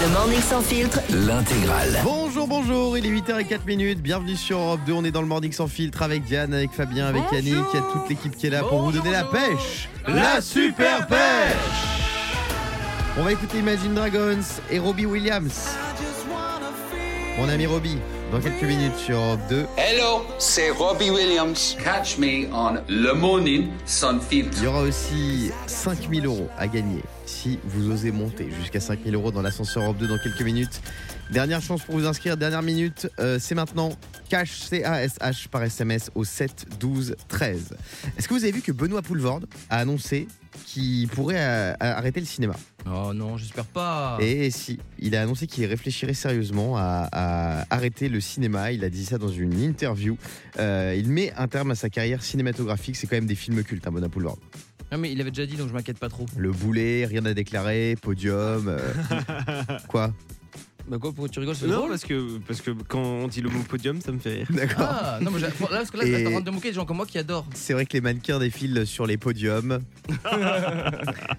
Le Morning Sans Filtre, L'intégrale. Bonjour, bonjour, il est 8h04 minutes. Bienvenue sur Europe 2. On est dans le morning sans filtre avec Diane, avec Fabien, avec Yannick. Il y a toute l'équipe qui est là pour vous donner la pêche. La super pêche On va écouter Imagine Dragons et Robbie Williams. Mon ami Robbie, dans quelques minutes sur Europe 2. Hello, c'est Robbie Williams. Catch me on Le Morning Sans Il y Filtre. aura aussi 5000 euros à gagner si vous osez monter jusqu'à 5000 euros dans l'ascenseur Europe 2 dans quelques minutes. Dernière chance pour vous inscrire, dernière minute, euh, c'est maintenant cash C-A-S-H par SMS au 7 12 13. Est-ce que vous avez vu que Benoît Poulvorde a annoncé qu'il pourrait euh, arrêter le cinéma Oh non, j'espère pas. Et si, il a annoncé qu'il réfléchirait sérieusement à, à arrêter le cinéma. Il a dit ça dans une interview. Euh, il met un terme à sa carrière cinématographique. C'est quand même des films cultes, hein, Benoît Poulvorde. Non mais il avait déjà dit donc je m'inquiète pas trop. Le boulet, rien à déclarer, podium. euh, quoi Bah quoi pourquoi tu rigoles c'est Non, drôle parce que, parce que quand on dit le mot podium, ça me fait rire. D'accord. Ah non mais j'ai- là parce que là Et- t'es en train de te moquer des gens comme moi qui adorent. C'est vrai que les mannequins défilent sur les podiums.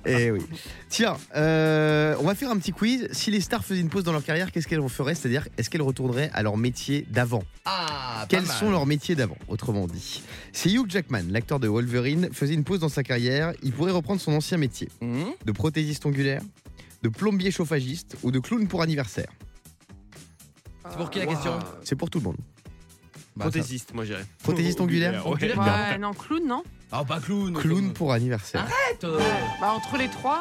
Et oui. Tiens, euh, on va faire un petit quiz. Si les stars faisaient une pause dans leur carrière, qu'est-ce qu'elles feraient C'est-à-dire, est-ce qu'elles retourneraient à leur métier d'avant Ah Quels sont leurs métiers d'avant, autrement dit Si Hugh Jackman, l'acteur de Wolverine, faisait une pause dans sa carrière, il pourrait reprendre son ancien métier Mmh. de prothésiste ongulaire, de plombier chauffagiste ou de clown pour anniversaire. Euh, C'est pour qui la question C'est pour tout le monde. Bah, Prothésiste, moi j'irais. Prothésiste ongulaire ça- Populaire Ouais, non, clown, non Ah pas clown. Clown comme- pour anniversaire. Arrête euh. Bah, entre les trois.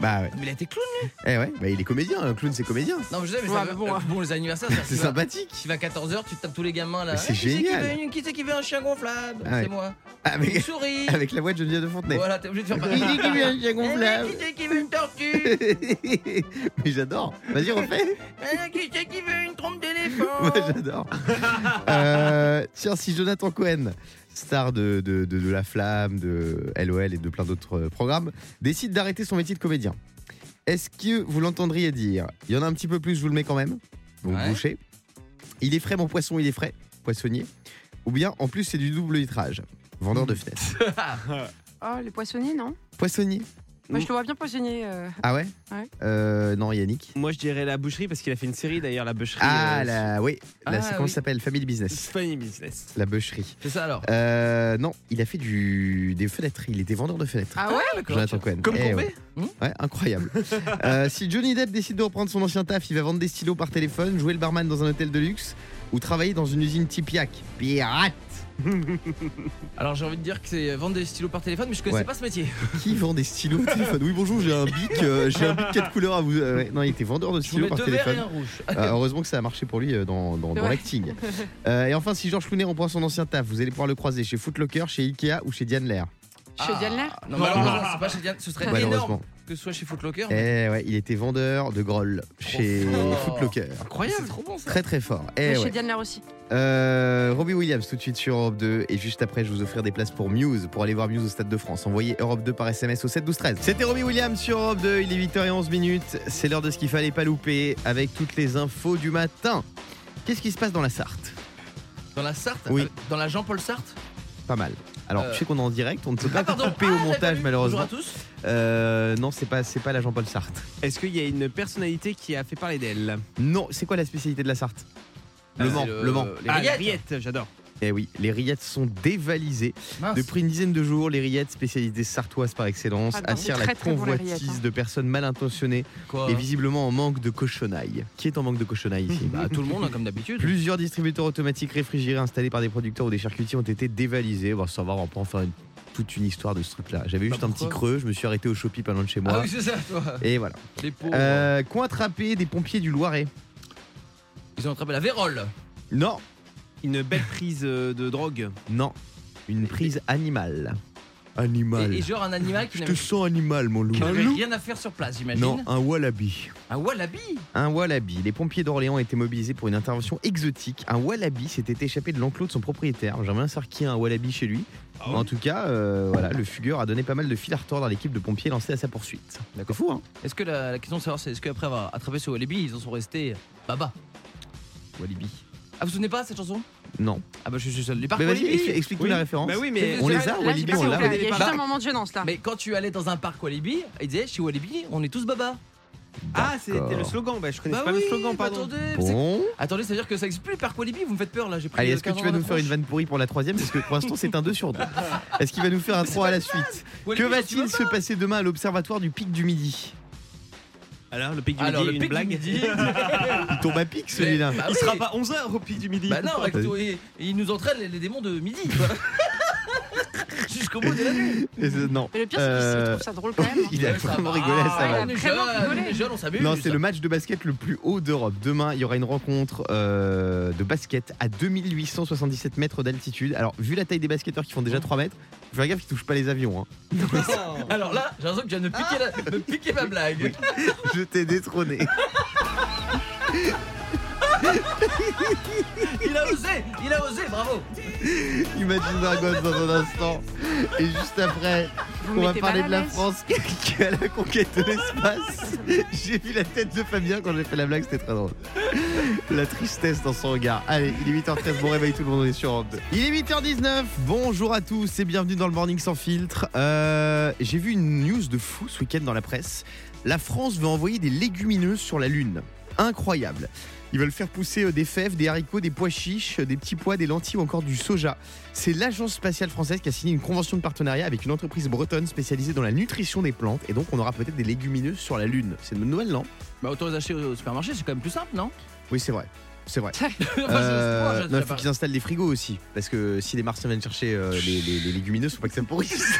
Bah ouais. Mais il a été clown. Eh ouais, bah il est comédien, un clown c'est comédien. Non mais je sais mais Ouais, ça- mais bon, euh, hein. bon les anniversaires ça tu C'est vas- sympathique. Tu vas à 14h, tu tapes tous les gamins là. Mais c'est Eh, qui qui génial. veut- Qui c'est qui veut un chien gonflable Ah ouais. C'est moi. Une Avec, souris. avec la voix de Geneviève de Fontenay. Voilà, t'es obligé de faire pas. Il dit qu'il veut un chien Eh, gonflable. Qui c'est qui veut une tortue Mais j'adore. Vas-y, refais. Eh, Qui c'est qui veut une trompe d'éléphant Moi j'adore. Euh, tiens, si Jonathan Cohen, star de, de, de- de La Flamme, de LOL et de plein d'autres euh, programmes, décide d'arrêter son métier de comédien, est-ce que vous l'entendriez dire Il y en a un petit peu plus, je vous le mets quand même. Vous Ouais. bouchez. Il est frais, mon poisson, il est frais. Poissonnier. Ou bien, en plus, c'est du double litrage. Vendeur de fenêtres. Oh, les poissonniers, non Poissonnier. Moi, Mmh. je te vois bien poissonnier. euh. Ah ouais, Ouais. Euh, Non, Yannick. Moi je dirais la boucherie parce qu'il a fait une série d'ailleurs, la boucherie. Ah, euh, la, oui. La, Ah, c'est comment oui. ça s'appelle Family Business. Funny business. La bûcherie. C'est ça alors. Euh, non, il a fait du, des fenêtres. Il était vendeur de fenêtres. Ah ouais Jonathan Cohen. Comme Eh Courbet ouais. Ouais, incroyable. Euh, si Johnny Depp décide de reprendre son ancien taf, il va vendre des stylos par téléphone, jouer le barman dans un hôtel de luxe ou travailler dans une usine Tipiac. Pirate Alors j'ai envie de dire que c'est vendre des stylos par téléphone, mais je connaissais Ouais. pas ce métier. Qui vend des stylos au téléphone Oui, bonjour, j'ai un bic, euh, j'ai un bic quatre couleurs à vous. euh, ouais. Non, il était vendeur de Je voulais stylos par deux verts et téléphone. un rouge. Euh, heureusement que ça a marché pour lui euh, dans, dans, dans Ouais. l'acting. Euh, et enfin, si Georges Clooney reprend son ancien taf, vous allez pouvoir le croiser chez Footlocker, chez Ikea ou chez Diane Lair. Chez Ah, Diane Lair Non, malheureusement, c'est pas chez Diane. Ce serait énorme Malheureusement. que ce soit chez Footlocker. Eh mais ouais, il était vendeur de groll chez fort. Footlocker. Incroyable, trop bon ça. Très très fort. Eh Mais Bah, Chez ouais. Diane Lair aussi. Euh, Robbie Williams tout de suite sur Europe 2 et juste après je vous offrir des places pour Muse pour aller voir Muse au Stade de France. Envoyez Europe 2 par SMS au 7 12 13. C'était Robbie Williams sur Europe 2, il est 8h11 minutes, c'est l'heure de ce qu'il fallait pas louper avec toutes les infos du matin. Qu'est-ce qui se passe dans la Sarthe Dans la Sarthe Oui. euh, Dans la Jean-Paul Sarthe Pas mal. Alors, Euh. je sais qu'on est en direct, on ne peut pas Ah, pardon. couper Ah, au j'avais pas montage vu. malheureusement. Bonjour à tous. Euh, non, c'est pas c'est pas la Jean-Paul Sarthe. Est-ce qu'il y a une personnalité qui a fait parler d'elle Non, c'est quoi la spécialité de la Sarthe Le Euh, Mans, c'est le Mans. Les Ah, rillettes. Riette, j'adore. Eh oui, les rillettes sont dévalisées. Mince. Depuis une dizaine de jours, les rillettes, spécialité sartoise par excellence, Attends, attirent c'est la très, très bon, les convoitise rillettes, hein. de personnes mal intentionnées Quoi et visiblement en manque de cochonaille. Qui est en manque de cochonaille ici Bah, tout le monde, hein, comme d'habitude. Plusieurs distributeurs automatiques réfrigérés installés par des producteurs ou des charcutiers ont été dévalisés. Bon, ça va, on va pas en faire une- toute une histoire de ce truc-là. J'avais Bah, juste un petit pourquoi creux, je me suis arrêté au Shopee pas loin de chez moi. Ah oui, Oh. c'est ça, toi. Et voilà. Les pauvres. Euh, Qu'ont attrapé des pompiers du Loiret Ils ont attrapé la vérole. Non, Une belle prise euh, de drogue. non. Une prise animale. Et, Animale. et genre un animal qui Bah, Je te n'avait sens animal, mon loup. qui n'avait rien à faire sur place, j'imagine. Non, un wallaby. Un wallaby Un wallaby. Les pompiers d'Orléans ont été mobilisés pour une intervention exotique. Un wallaby s'était échappé de l'enclos de son propriétaire. J'aimerais bien savoir qui a un wallaby chez lui. Ah en tout cas, euh, voilà, le fugueur a donné pas mal de fil à retordre à l'équipe de pompiers lancée à sa poursuite. D'accord. Fou, hein Est-ce que la, la question de savoir, c'est est-ce qu'après avoir attrapé ce wallaby, ils en sont restés baba Wallaby. Ah, vous vous souvenez pas de cette chanson Non. Ah, bah je suis seul. Les parcs Mais vas-y, wallaby. ex- explique-nous Oui. la référence. Bah oui, mais. On Là, les a, là, Wallaby, j'ai pas on compris, l'a, là. Il y a Wallaby. Ah. juste un moment de gênance là. Mais quand tu allais dans un parc Walibi, il disait chez Walibi, on est tous baba. Ah, c'était le D'accord. slogan. Bah, je connais Bah pas oui, le slogan, bah pardon. Attendez, c'est- Bon. attendez, ça veut dire que ça existe plus par Polibi, vous me faites peur là, j'ai pris. Allez, euh, est-ce que 15 tu vas ans nous faire une d'approche. vanne pourrie pour la troisième Parce que pour l'instant, c'est un 2 sur 2. Est-ce qu'il va nous faire un 3 à la suite Walibi, Que j'en suis va-t-il pas. se passer demain à l'observatoire du pic du midi Alors, le pic du Alors, midi, Bah le une pic du blague. Ah midi. Il tombe à pic celui-là. Bah Il oui. sera pas 11h au pic du midi. Bah non, avec tout- et- et il nous entraîne les, les démons de midi. quoi. Jusqu'au bout de la nuit. Et c'est- Non. Mais le pire, c'est que je Euh, trouve ça drôle quand même. Il a Ouais, ça vraiment va. rigolé à sa Ah, vanne. on est Vraiment jeunes, rigolé. on est jeunes, on s'amuse. Non, c'est le match de basket le plus haut d'Europe. Demain, il y aura une rencontre euh, de basket à 2877 mètres d'altitude. Alors, vu la taille des basketteurs qui font déjà 3 mètres, faut faire gaffe qu'ils touchent pas les avions. hein. Alors là, j'ai l'impression que tu viens de me piquer, la- me piquer ma blague. Je t'ai détrôné. Il a osé, il a osé, bravo. Imagine Dragons dans un instant. Et juste après, Vous me on va mettez mal parler à de la l'aise. France qui a la conquête de l'espace. J'ai vu la tête de Fabien quand j'ai fait la blague, c'était très drôle. La tristesse dans son regard. Allez, il est 8h13, bon réveil tout le monde, on est sur Europe 2. Il est 8h19, bonjour à tous et bienvenue dans le Morning Sans Filtre. Euh, J'ai vu une news de fou ce week-end dans la presse. La France veut envoyer des légumineuses sur la Lune. Incroyable. Ils veulent faire pousser euh, des fèves, des haricots, des pois chiches, euh, des petits pois, des lentilles ou encore du soja. C'est l'agence spatiale française qui a signé une convention de partenariat avec une entreprise bretonne spécialisée dans la nutrition des plantes. Et donc, on aura peut-être des légumineuses sur la Lune. C'est une bonne nouvelle, non Bah autant les acheter au supermarché, c'est quand même plus simple, non Oui, c'est vrai. C'est vrai. Enfin, c'est- moi, Euh, je- non, il je- faut qu'ils installent des frigos aussi. Parce que si les Martiens viennent chercher euh, les, les- les légumineuses, faut pas que ça me pourrisse.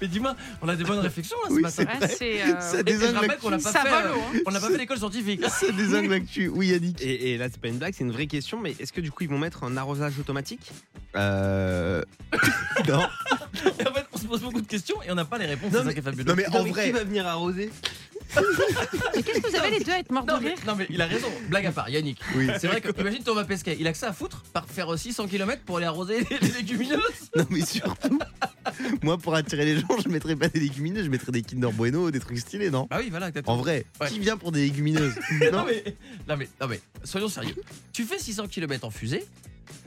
Mais dis-moi, on a des bonnes réflexions là ce Oui, matin. Ah, c'est- Ouais, c'est. euh, Ça Et, et je désingue rappelle qu'on n'a l'actu. pas, Ça fait, va, euh, l'eau, hein. on n'a pas fait l'école scientifique. Ça désingue l'actu. Oui, Yannick. Et, et là, c'est pas une blague, c'est une vraie question. Mais est-ce que du coup, ils vont mettre un arrosage automatique Euh. non. Ah, Et en fait, on se pose beaucoup de questions et on n'a pas les réponses. c'est Non, ça mais- qui est fabuleux. Non, mais en Non, vrai. Qui va venir arroser Mais qu'est-ce que vous avez les deux à être morts de Non, mais, rire non, mais il a raison, blague à part, Yannick. Oui. C'est vrai que, imagine Thomas Pesquet, il a que ça à foutre par faire euh, 600 km pour aller arroser les légumineuses. Non mais surtout, moi pour attirer les gens, je mettrais pas des légumineuses, je mettrais des Kinder Bueno, des trucs stylés, non Bah oui, voilà, exactement. En vrai, Ouais. qui vient pour des légumineuses Non Non. mais, non, mais, non, mais, soyons sérieux. Tu fais 600 km en fusée,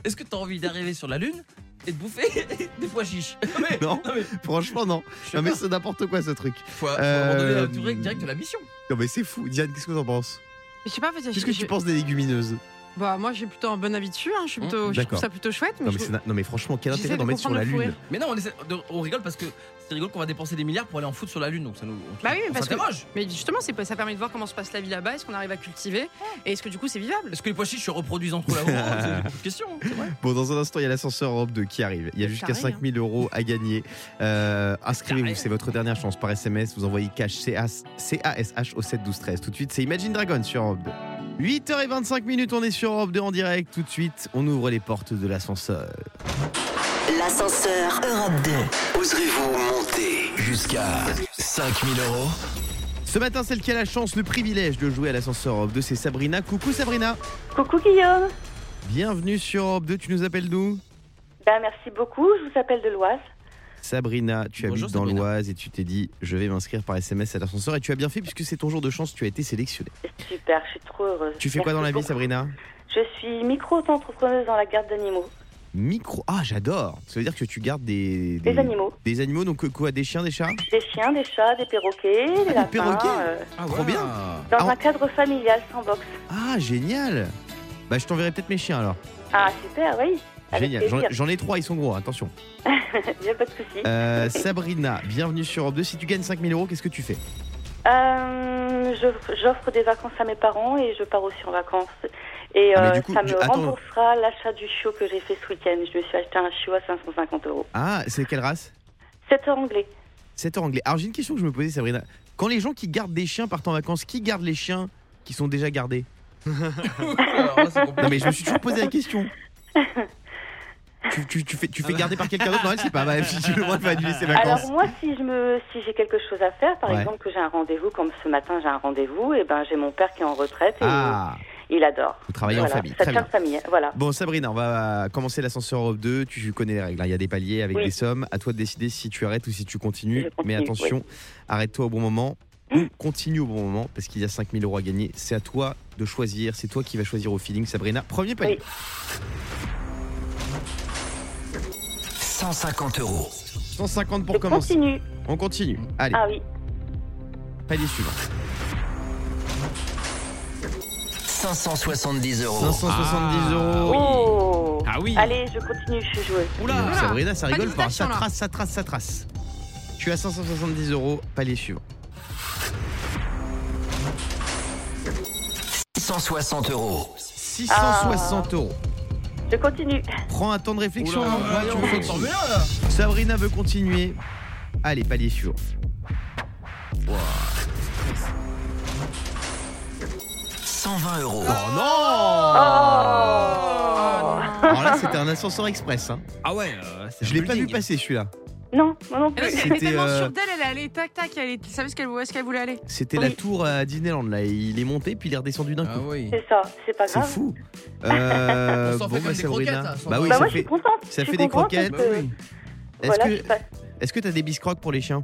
est-ce que t'as envie d'arriver sur la Lune et de bouffer des pois chiches mais, Non. mais, Franchement non. je sais Non mais pas. c'est n'importe quoi ce truc. Faut, faut abandonner Euh, la durée directe de la mission. Non mais c'est fou. Diane, qu'est-ce que t'en penses Je sais pas, vas-y, Qu'est-ce je- que tu je- penses des légumineuses Bah, moi, j'ai plutôt un bon avis dessus. hein, Je, suis Hum, plutôt, je Mmh, d'accord. trouve ça plutôt chouette. Mais non mais, je- c'est na- non, mais franchement, quel j'essaie intérêt de d'en mettre sur comprendre la le fou lune rire. Mais non, on, essaie de- on rigole parce que c'est rigolo qu'on va dépenser des milliards pour aller en foot sur la Lune, donc ça nous. on- Bah oui, mais on parce que- s'interroge. Mais justement, c'est pas- ça permet de voir comment se passe la vie là-bas, est-ce qu'on arrive à cultiver, et est-ce que du coup, c'est vivable Est-ce que les pois chiches se reproduisent entre là-haut C'est une petite question, hein, c'est vrai. Bon, dans un instant, il y a l'ascenseur Europe 2 qui arrive. Il y a jusqu'à Carré, hein. 5000 euros à gagner. Euh, Inscrivez-vous, Carré. c'est votre dernière chance par SMS. Vous envoyez cash CAS CASH au 7 12 13. Tout de suite, c'est Imagine Dragon sur Europe 2. 8h25 minutes, on est sur Europe 2 en direct. Tout de suite, on ouvre les portes de l'ascenseur. L'ascenseur Europe 2. Oserez-vous monter jusqu'à 5000 euros Ce matin, celle qui a la chance, le privilège de jouer à l'ascenseur Europe 2, c'est Sabrina. Coucou Sabrina. Coucou Guillaume. Bienvenue sur Europe 2. Tu nous appelles d'où Ben, merci beaucoup, je vous appelle de l'Oise. Sabrina, tu Bonjour, habites dans Sabrina. l'Oise et tu t'es dit, je vais m'inscrire par SMS à l'ascenseur. Et tu as bien fait puisque c'est ton jour de chance, tu as été sélectionnée. Super, je suis trop heureuse. Tu fais quoi Merci dans la vie, beaucoup. Sabrina Je suis micro-entrepreneuse dans la garde d'animaux. Micro. Ah, j'adore. Ça veut dire que tu gardes des. Des animaux, Des animaux, donc euh, quoi Des chiens, des chats des chiens, des chats, des perroquets, des lapins. Ah, perroquets euh, Trop bien dans Ah, on- un cadre familial sans box. Ah, génial Bah, je t'enverrai peut-être mes chiens alors. Ah, super, oui. Avec Génial. J'en- plaisir. J'en ai trois, ils sont gros, hein, attention. Il n'y a pas de souci. Euh, Sabrina, bienvenue sur Europe 2. Si tu gagnes 5000 euros, qu'est-ce que tu fais Euh, je- J'offre des vacances à mes parents et je pars aussi en vacances. Et Ah, mais euh, du coup, ça du- me attends. remboursera l'achat du chiot que j'ai fait ce week-end. Je me suis acheté un chiot à 550 euros. Ah, c'est quelle race C'est anglais. 7 heures anglais. Alors, j'ai une question que je me posais, Sabrina. Quand les gens qui gardent des chiens partent en vacances, qui garde les chiens qui sont déjà gardés Alors là, c'est Non, compliqué. mais je me suis toujours posé la question. Tu, tu- tu fais, tu fais garder par quelqu'un d'autre Non, elle, c'est pas mal. Si tu le vois, elle va annuler ses vacances. Ah, bah. Alors moi, si je me, si j'ai quelque chose à faire, par Ouais. exemple que j'ai un rendez-vous, comme ce matin j'ai un rendez-vous, et ben j'ai mon père qui est en retraite et Ah, il adore. vous travaillez voilà, en famille. Ça Très bien. tient en famille, voilà. Bon, Sabrina, on va commencer l'ascenseur Europe 2. Tu connais les règles. hein. Il y a des paliers avec Oui. des sommes. À toi de décider si tu arrêtes ou si tu continues. Je continue, Mmh. Mais attention, arrête-toi au bon moment ou continue au bon moment parce qu'il y a 5000 euros à gagner. C'est à toi de choisir. C'est toi qui vas choisir au feeling, Sabrina. Premier palier. 150 euros. 150 pour Je commencer. continue. On continue. Allez, Ah oui. Palier suivant. 570 euros. 570 euros. Oh Ah oui Allez, je continue, je suis joueuse. Oula Voilà. Sabrina, ça Pas rigole pas. Ça d'hésitation, là. trace, ça trace, ça trace. Tu as 570 euros, palier suivant. 660 euros. 660 euros. Je continue. Prends un temps de réflexion. Oula, hein. Ouais, Tu on veux s'en met continuer. un, là. Sabrina veut continuer. Allez, palier suivant. 120 euros. Oh, Alors là, c'était un ascenseur express. hein. Ah ouais euh, c'est Je un l'ai pas vu building. passer celui-là. Non, moi non Elle plus. était C'était, tellement euh, sûre d'elle, elle est allée tac tac, elle est- elle savait ce qu'elle- où est-ce qu'elle voulait aller. C'était Oui. la tour à Disneyland. Là, il est monté puis il est redescendu d'un Ah coup. oui. C'est ça, c'est pas C'est grave. fou. Euh, On s'en fait bon, même bah, des croquettes, Sabrina. là, sans Bah oui, bah, problème. moi, ça je suis fait. contente. ça je suis fait des contente croquettes. parce Bah que- oui. Est-ce Voilà, que- je passe. Est-ce que t'as des biscrocs pour les chiens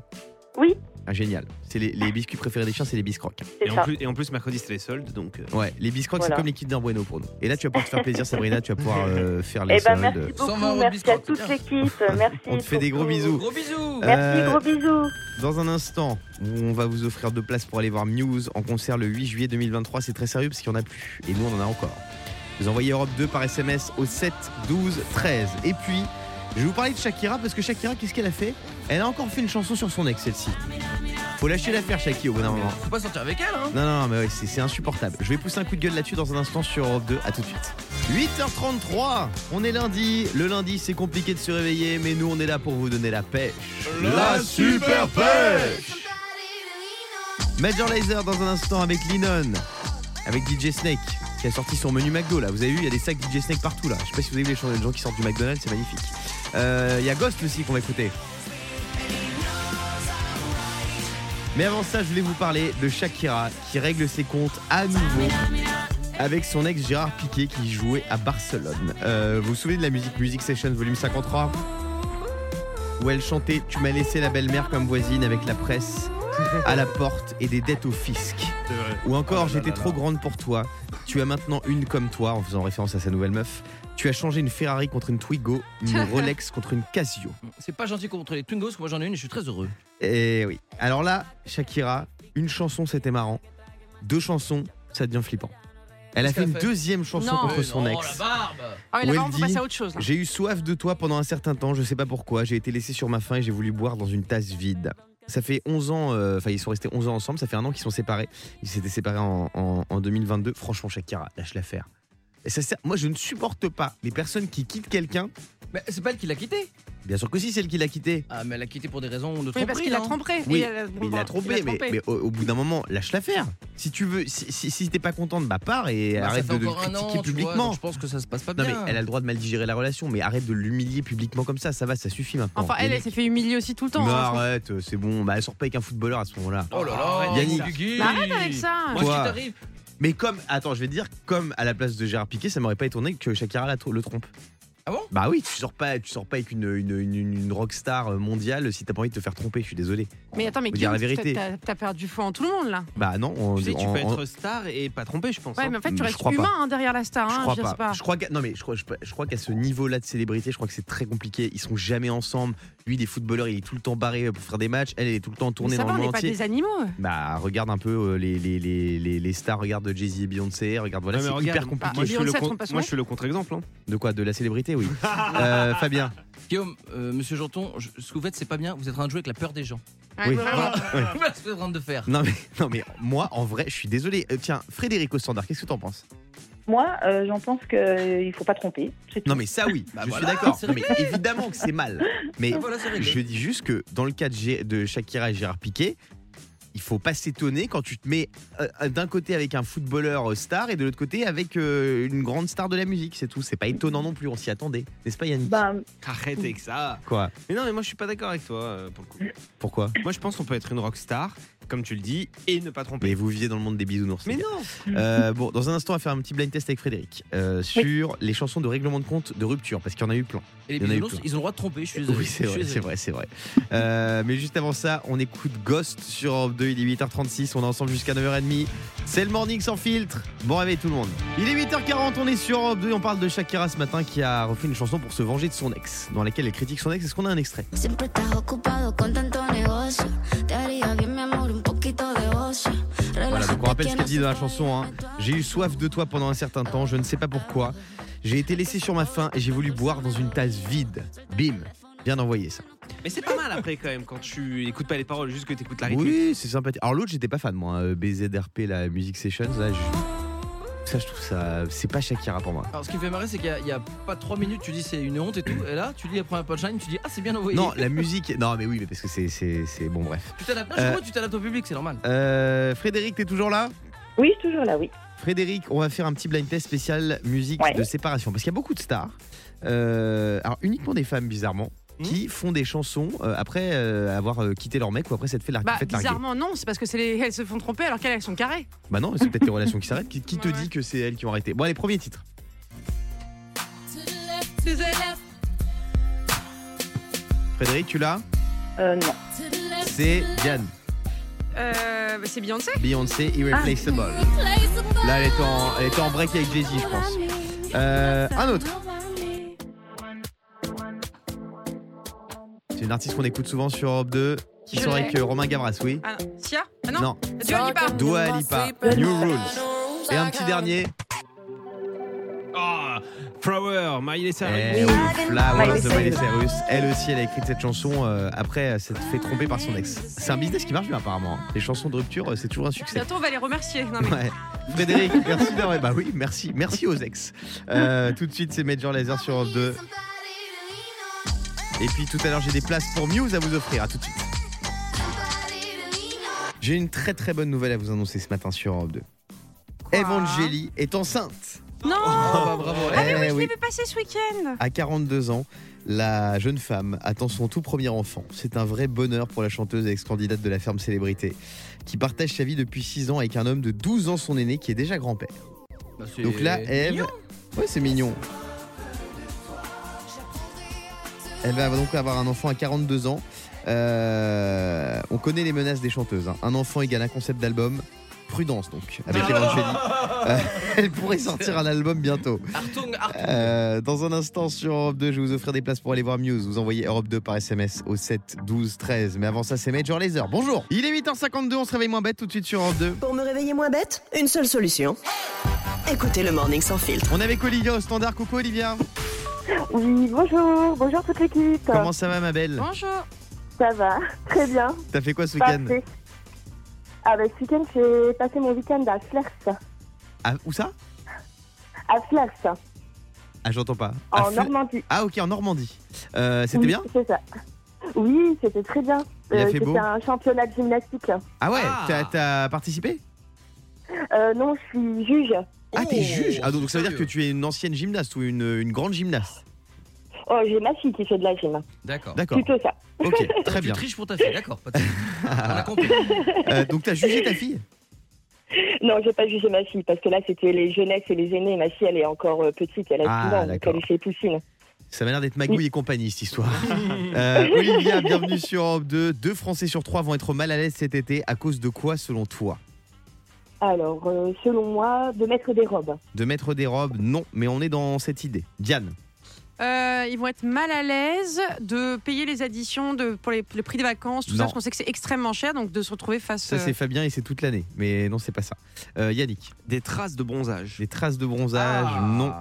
Oui. Ah, génial. C'est les, les biscuits préférés des chiens, c'est les biscrocs. C'est Et en, ça. plus, et en plus, mercredi, c'était les soldes, donc. euh, Ouais, les biscrocs, Voilà. c'est comme les kits d'un bueno pour nous. Et là, tu vas pouvoir te faire plaisir, Sabrina, tu vas pouvoir euh, faire les Eh ben, soldes. merci 120 euros beaucoup. de Merci à biscotte, toute tiens. l'équipe. Merci. On te fait pour des gros tout. bisous. Gros bisous. Euh, Merci, gros bisous. Dans un instant, on va vous offrir deux places pour aller voir Muse en concert le 8 juillet 2023. C'est très sérieux parce qu'il n'y en a plus. Et nous, on en a encore. Vous envoyez Europe 2 par SMS au 7 12 13. Et puis, je vais vous parler de Shakira parce que Shakira, qu'est-ce qu'elle a fait Elle a encore fait une chanson sur son ex, celle-ci. Faut lâcher l'affaire, Shakira, au bout d'un moment. Faut pas sortir avec elle, hein. Non, non, non, mais ouais, c'est c'est insupportable. Je vais pousser un coup de gueule là-dessus dans un instant sur Europe 2. À tout de suite. 8h33, on est lundi. Le lundi, c'est compliqué de se réveiller, mais nous, on est là pour vous donner la pêche. La super pêche Major Laser dans un instant avec Linon, avec DJ Snake, qui a sorti son menu McDo là. Vous avez vu, il y a des sacs DJ Snake partout là. Je sais pas si vous avez vu les gens- les gens qui sortent du McDonald's, c'est magnifique. Euh, Il y a Ghost aussi qu'on va écouter. Mais avant ça, je voulais vous parler de Shakira qui règle ses comptes à nouveau avec son ex Gérard Piquet qui jouait à Barcelone. Euh, vous vous souvenez de la musique Music Sessions volume 53 où elle chantait Tu m'as laissé la belle-mère comme voisine avec la presse à la porte et des dettes au fisc. c'est vrai. Ou encore Oh là là J'étais là trop grande pour toi. Tu as maintenant une comme toi en faisant référence à sa nouvelle meuf. Tu as changé une Ferrari contre une Twigo, une Rolex contre une Casio. C'est pas gentil contre les Twingos, moi j'en ai une et je suis très heureux. Et Eh oui. Alors là, Shakira, une chanson, c'était marrant. Deux chansons, ça devient flippant. Elle a Qu'est-ce fait une qu'elle a fait deuxième chanson Non. contre Mais son non, Oh, la ex. barbe Ah oui, Où là elle on peut dit- passer à autre chose. là. J'ai eu soif de toi pendant un certain temps, je sais pas pourquoi. J'ai été laissé sur ma faim et j'ai voulu boire dans une tasse vide. Ça fait 11 ans, euh, enfin ils sont restés 11 ans ensemble, ça fait un an qu'ils sont séparés. Ils s'étaient séparés en, en- en 2022. Franchement, Shakira, lâche l'affaire. Et ça, ça- moi, je ne supporte pas les personnes qui quittent quelqu'un. Mais c'est pas elle qui l'a quitté Bien sûr que si, celle qui l'a quitté. Ah, mais elle l'a quitté pour des raisons de hein. Oui, parce qu'il l'a non trompé. Oui, Et elle Mais il l'a trompé, il l'a mais, mais au, au bout d'un moment, lâche l'affaire. Si tu veux, si, si, si t'es pas contente, bah pars et Bah, ça arrête fait de le encore un an, critiquer tu vois, publiquement. donc je pense que ça se passe pas non bien. mais elle a le droit de mal digérer la relation, mais arrête de l'humilier publiquement comme ça, ça va, ça suffit maintenant. Enfin, Les elle, elle mecs- s'est fait humilier aussi tout le temps. Mais hein, franchement. arrête, c'est bon, bah elle sort pas avec un footballeur à ce moment-là. Oh là là, Yannick. Guigui. Mais Bah, arrête avec ça. Moi, ce qui Quoi t'arrive, Mais comme, attends, je vais te dire, comme à la place de Gérard Piquet, ça m'aurait pas étonné que Shakira la tr- le trompe. Ah bon Bah oui, tu sors pas, tu sors pas avec une, une, une, une rockstar euh, mondiale si t'as pas envie de te faire tromper, je suis désolé. Mais attends, mais Faut dire la Guillaume, vérité. t'as- t'as perdu foi en tout le monde là. Bah non, on, Tu sais, tu on- peux on- être star et pas tromper, je pense. Ouais, hein. mais en fait, Je tu restes crois pas. humain hein, derrière la star. Je Hein, crois je sais pas. pas. Je crois que- non mais je crois, je, je crois qu'à ce niveau-là de célébrité, je crois que c'est très compliqué. Ils sont jamais ensemble. Lui, des footballeurs, il est tout le temps barré pour faire des matchs. Elle, elle est tout le temps Mais tournée ça dans va, le on monde n'est pas entier. des animaux. Bah regarde un peu euh, les, les, les, les, les stars, regarde Jay-Z et Beyoncé, regarde voilà, Ouais, Ah, mais c'est regarde, hyper compliqué. Moi, je suis le, Beyoncé con- trompe pas son moi, je mec. suis le contre-exemple. hein. De quoi De la célébrité, oui. Euh, Fabien. Guillaume, euh, monsieur Janton, je- ce que vous faites, c'est pas bien. Vous êtes en train de jouer avec la peur des gens. Ouais, Oui. vraiment. Voilà ce que vous êtes en train de faire. Non mais, non mais moi en vrai, je suis désolé. Euh, tiens, Frédérico Standard, qu'est-ce que t'en penses Moi, euh, j'en pense qu'il ne faut pas tromper. c'est tout. Non mais ça oui, Bah je voilà, suis d'accord. c'est Non, Mais évidemment que c'est mal. Mais Ah, voilà, c'est réglé. Je dis juste que dans le cas de, Gé- de Shakira et Gérard Piquet, il faut pas s'étonner quand tu te mets euh, d'un côté avec un footballeur euh, star et de l'autre côté avec euh, une grande star de la musique, c'est tout. C'est pas étonnant non plus, on s'y attendait. N'est-ce pas Bah Yannick Ben, Arrête avec ça. Quoi Mais non, mais moi, je suis pas d'accord avec toi euh, pour le coup. Pourquoi Moi, je pense qu'on peut être une rockstar, comme tu le dis, et ne pas tromper. Mais vous viviez dans le monde des bisounours. Mais les gars. non Euh, bon, dans un instant, on va faire un petit blind test avec Frédéric euh, sur les chansons de règlement de compte de rupture, parce qu'il y en a eu plein. Et les Il y en a eu bisounours, plein. ils ont le droit de tromper, je suis désolé. Oui, c'est Je suis vrai, c'est désolé. vrai, c'est vrai. Euh, mais juste avant ça, on écoute Ghost sur Europe 2. Il est 8h36, on est ensemble jusqu'à 9h30. C'est le morning sans filtre. Bon réveil tout le monde. Il est 8h40, on est sur Europe 2. On parle de Shakira ce matin qui a refait une chanson pour se venger de son ex, dans laquelle elle critique son ex. Est-ce qu'on a un extrait Siempre estás ocupado con tanto negocio. Te haría bien, mi amor, un poquito de ocio. Donc on rappelle ce qu'elle dit dans la chanson. hein. J'ai eu soif de toi pendant un certain temps, je ne sais pas pourquoi. J'ai été laissé sur ma faim et j'ai voulu boire dans une tasse vide. Bim, bien envoyé ça. Mais c'est pas mal après quand même quand tu écoutes pas les paroles, juste que t'écoutes la rythmique. Oui, c'est sympathique. Alors l'autre, j'étais pas fan moi, euh, BZRP, la Music Sessions, là, je- ça je trouve ça, c'est pas Shakira pour moi. Alors, ce qui me fait marrer, c'est qu'il y a- il y a, pas 3 minutes, tu dis c'est une honte et tout. Et là, tu lis la première punchline, tu dis ah, c'est bien envoyé. Non, la musique, non mais oui, mais parce que c'est, c'est, c'est- bon bref. tu t'adaptes. Non, Euh, je crois que tu t'adaptes au public, c'est normal. Euh, Frédéric, t'es toujours là Oui, toujours là, oui. Frédéric, on va faire un petit blind test spécial musique Ouais. de séparation parce qu'il y a beaucoup de stars, euh, alors uniquement des femmes bizarrement, Hmm. qui font des chansons euh, après euh, avoir euh, quitté leur mec ou après s'être fait, lar- Bah, fait larguer. bizarrement, non, c'est parce que c'est les... elles se font tromper alors qu'elles elles sont carrées. Bah non, c'est peut-être les relations qui s'arrêtent. Qui, qui te Ouais, dit ouais. que c'est elles qui ont arrêté Bon, les premiers titres. Frédéric, tu l'as Euh, non. C'est Diane, Euh, bah, c'est Beyoncé Beyoncé, Irreplaceable. Ah. Là, elle était, en, elle était en break avec Jay-Z, je pense. Euh, un autre. C'est une artiste qu'on écoute souvent sur Europe 2. Qui Je sort l'ai. avec euh, Romain Gabras, oui. Ah non. Sia Ah non, non. Tu vois, pas. Dua Lipa, New Rules. Et un petit dernier. Oh, Flower, Miley Eh Cyrus. Ah, oui, Flowers de Miley Miley Cyrus. Elle aussi, elle a écrit cette chanson euh, après elle s'être fait tromper par son ex. C'est un business qui marche bien apparemment. Les chansons de rupture, euh, c'est toujours un succès. Bientôt, on va les remercier. Non, mais... Ouais. Frédéric, merci d'avoir. Bah oui, merci, merci aux ex. Euh, tout de suite, c'est Major Laser sur Europe 2. Et puis tout à l'heure, j'ai des places pour Muse à vous offrir. À tout de suite. J'ai une très très bonne nouvelle à vous annoncer ce matin sur Europe 2. Evangélie est enceinte. Non Ah, bah, bravo. Ah, mais Eh oui, je oui. l'ai vu passer ce week-end À 42 ans, la jeune femme attend son tout premier enfant. C'est un vrai bonheur pour la chanteuse et ex-candidate de la ferme célébrité, qui partage sa vie depuis 6 ans avec un homme de 12 ans, son aîné, qui est déjà grand-père. Bah, c'est Donc là, Eve. mignon. Ouais, c'est mignon. Elle va donc avoir un enfant à 42 ans. Euh, on connaît les menaces des chanteuses. hein. Un enfant égale un concept d'album. Prudence donc, avec Ah. Evangeline. Euh, elle pourrait sortir un album bientôt. Artung, Artung. Euh, dans un instant sur Europe 2, je vais vous offrir des places pour aller voir Muse. Vous envoyez Europe 2 par SMS au 7 12 13. Mais avant ça, c'est Major Laser. Bonjour. Il est 8h52, on se réveille moins bête tout de suite sur Europe 2. Pour me réveiller moins bête, une seule solution. Écoutez le Morning sans filtre. On est avec Olivia au standard. Coucou Olivia. Oui, bonjour, bonjour toute l'équipe. Comment ça va ma belle Hein Bonjour Ça va Très bien, T'as fait quoi ce week-end parfait. Ah bah, ce week-end, j'ai passé mon week-end à Flers. Ah, Où ça À Flers, Ah, j'entends pas. Ah, en Fle- Normandie. Ah, ok, en Normandie. Euh, C'était Oui, bien C'est ça. Oui, c'était très bien. Euh, Il a fait c'était beau un championnat de gymnastique. Ah ouais, Ah. t'as- t'as participé Euh, non, je suis juge. Ah, t'es Oh, juge Ah, donc ça veut dire que sérieux. tu es une ancienne gymnaste ou une, une grande gymnaste Oh, j'ai ma fille qui fait de la gym. D'accord. D'accord, Plutôt ça. ok, très tu bien. triches pour ta fille, d'accord. pas de souci. On a compris. Euh, donc t'as jugé ta fille Non, j'ai pas jugé ma fille parce que là, c'était les jeunesses et les aînés. Ma fille, elle est encore euh, petite, elle a Ah, 6 ans, donc d'accord. elle est chez Poussine. Ça m'a l'air d'être Magouille et compagnie cette histoire. Euh, Olivia, bienvenue sur Europe 2. Deux Français sur trois vont être mal à l'aise cet été. À cause de quoi, selon toi Alors, euh, selon moi, de mettre des robes. De mettre des robes Non, mais on est dans cette idée. Diane, Euh, Ils vont être mal à l'aise de payer les additions de, pour les, le prix des vacances, tout Non. ça, parce qu'on sait que c'est extrêmement cher, donc de se retrouver face... ça euh, c'est Fabien et c'est toute l'année. Mais non, c'est pas ça. Euh, Yannick, Des traces de bronzage. les traces de bronzage Ah. Non.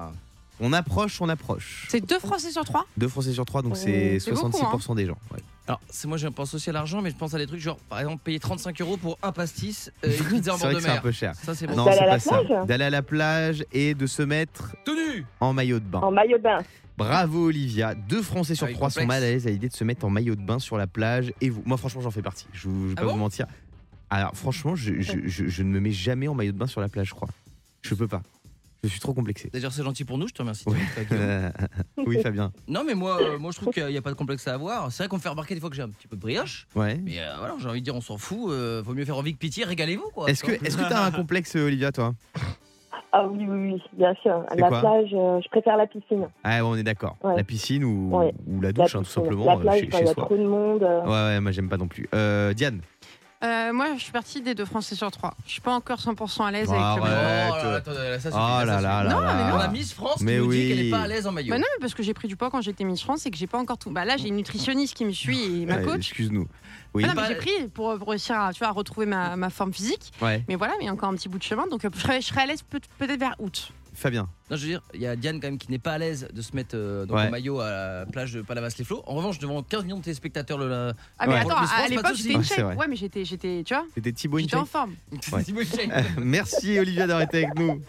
On approche, on approche. C'est deux Français sur trois Deux Français sur trois, donc Oh, c'est c'est 66% beaucoup, hein. des gens. ouais. Alors, c'est moi, je pense aussi à l'argent, mais je pense à des trucs genre, par exemple, payer 35 euros pour un pastis euh, et une pizza C'est en bord vrai de que c'est un mer. peu cher. Ça, c'est bon. Non, D'aller c'est à la pas ça. plage D'aller à la plage et de se mettre Tenue en maillot de bain. En maillot de bain. Bravo Olivia. Deux Français sur Ah, il est trois sont complexe. mal à l'aise à l'idée de se mettre en maillot de bain sur la plage. Et vous Moi, franchement, j'en fais partie. Je, vous- je vais Ah pas bon vous mentir. Alors, franchement, je, je- je- je ne me mets jamais en maillot de bain sur la plage, je crois. Je peux pas. Je suis trop complexé. D'ailleurs, c'est gentil pour nous, je te remercie. Ouais. T'as Guillaume. Euh, oui, Fabien. Non, mais moi, euh, moi je trouve qu'il n'y a pas de complexe à avoir. C'est vrai qu'on me fait remarquer des fois que j'ai un petit peu de brioche, Ouais. mais euh, voilà, j'ai envie de dire, on s'en fout. euh, vaut mieux faire envie que pitié, régalez-vous quoi. Est-ce que est-ce que t'as un complexe, Olivia, toi Ah oui, oui, oui, bien sûr. C'est La quoi plage, euh, je préfère la piscine. Ah, ouais, on est d'accord. Ouais. La piscine ou, Ouais. ou la La douche, hein, tout piscine. simplement, La euh, plage, chez, quand chez il y a soi. trop de monde. euh, Ouais, ouais, moi j'aime pas non plus. Euh, Diane, Euh, moi, je suis partie des deux Français sur trois. Je suis pas encore 100% à l'aise Ah avec le ouais. maillot. Oh là là, toi. attends, là, ça suffit, Oh ça là suffit. là là Non, là. mais On a Miss France qui Mais nous dit qu'elle oui. n'est pas à l'aise en maillot. Bah non, mais parce que j'ai pris du poids quand j'étais Miss France et que j'ai pas encore tout. Bah là, j'ai une nutritionniste qui me suit et ma Ouais, coach. Excuse-nous. Oui. Ah non, mais Bah- j'ai pris pour, pour réussir à, tu vois, à retrouver ma, ma forme physique. Ouais. Mais voilà, mais il y a encore un petit bout de chemin. Donc euh, je serai, je serai à l'aise peut- peut-être vers août. Fabien. Non, je veux dire, il y a Diane quand même qui n'est pas à l'aise de se mettre euh, dans Ouais. le maillot à la plage de Palavas-les-Flots. En revanche, devant 15 millions de téléspectateurs, le, la... Ah, mais Ouais. attends, Pour le Miss à, à France, pas de l'époque, soucis. j'étais Ouais, une c'est shape. vrai. Ouais, mais j'étais, j'étais, tu vois, C'était Thibaut j'étais en forme. Ouais. Merci Olivia d'avoir été avec nous.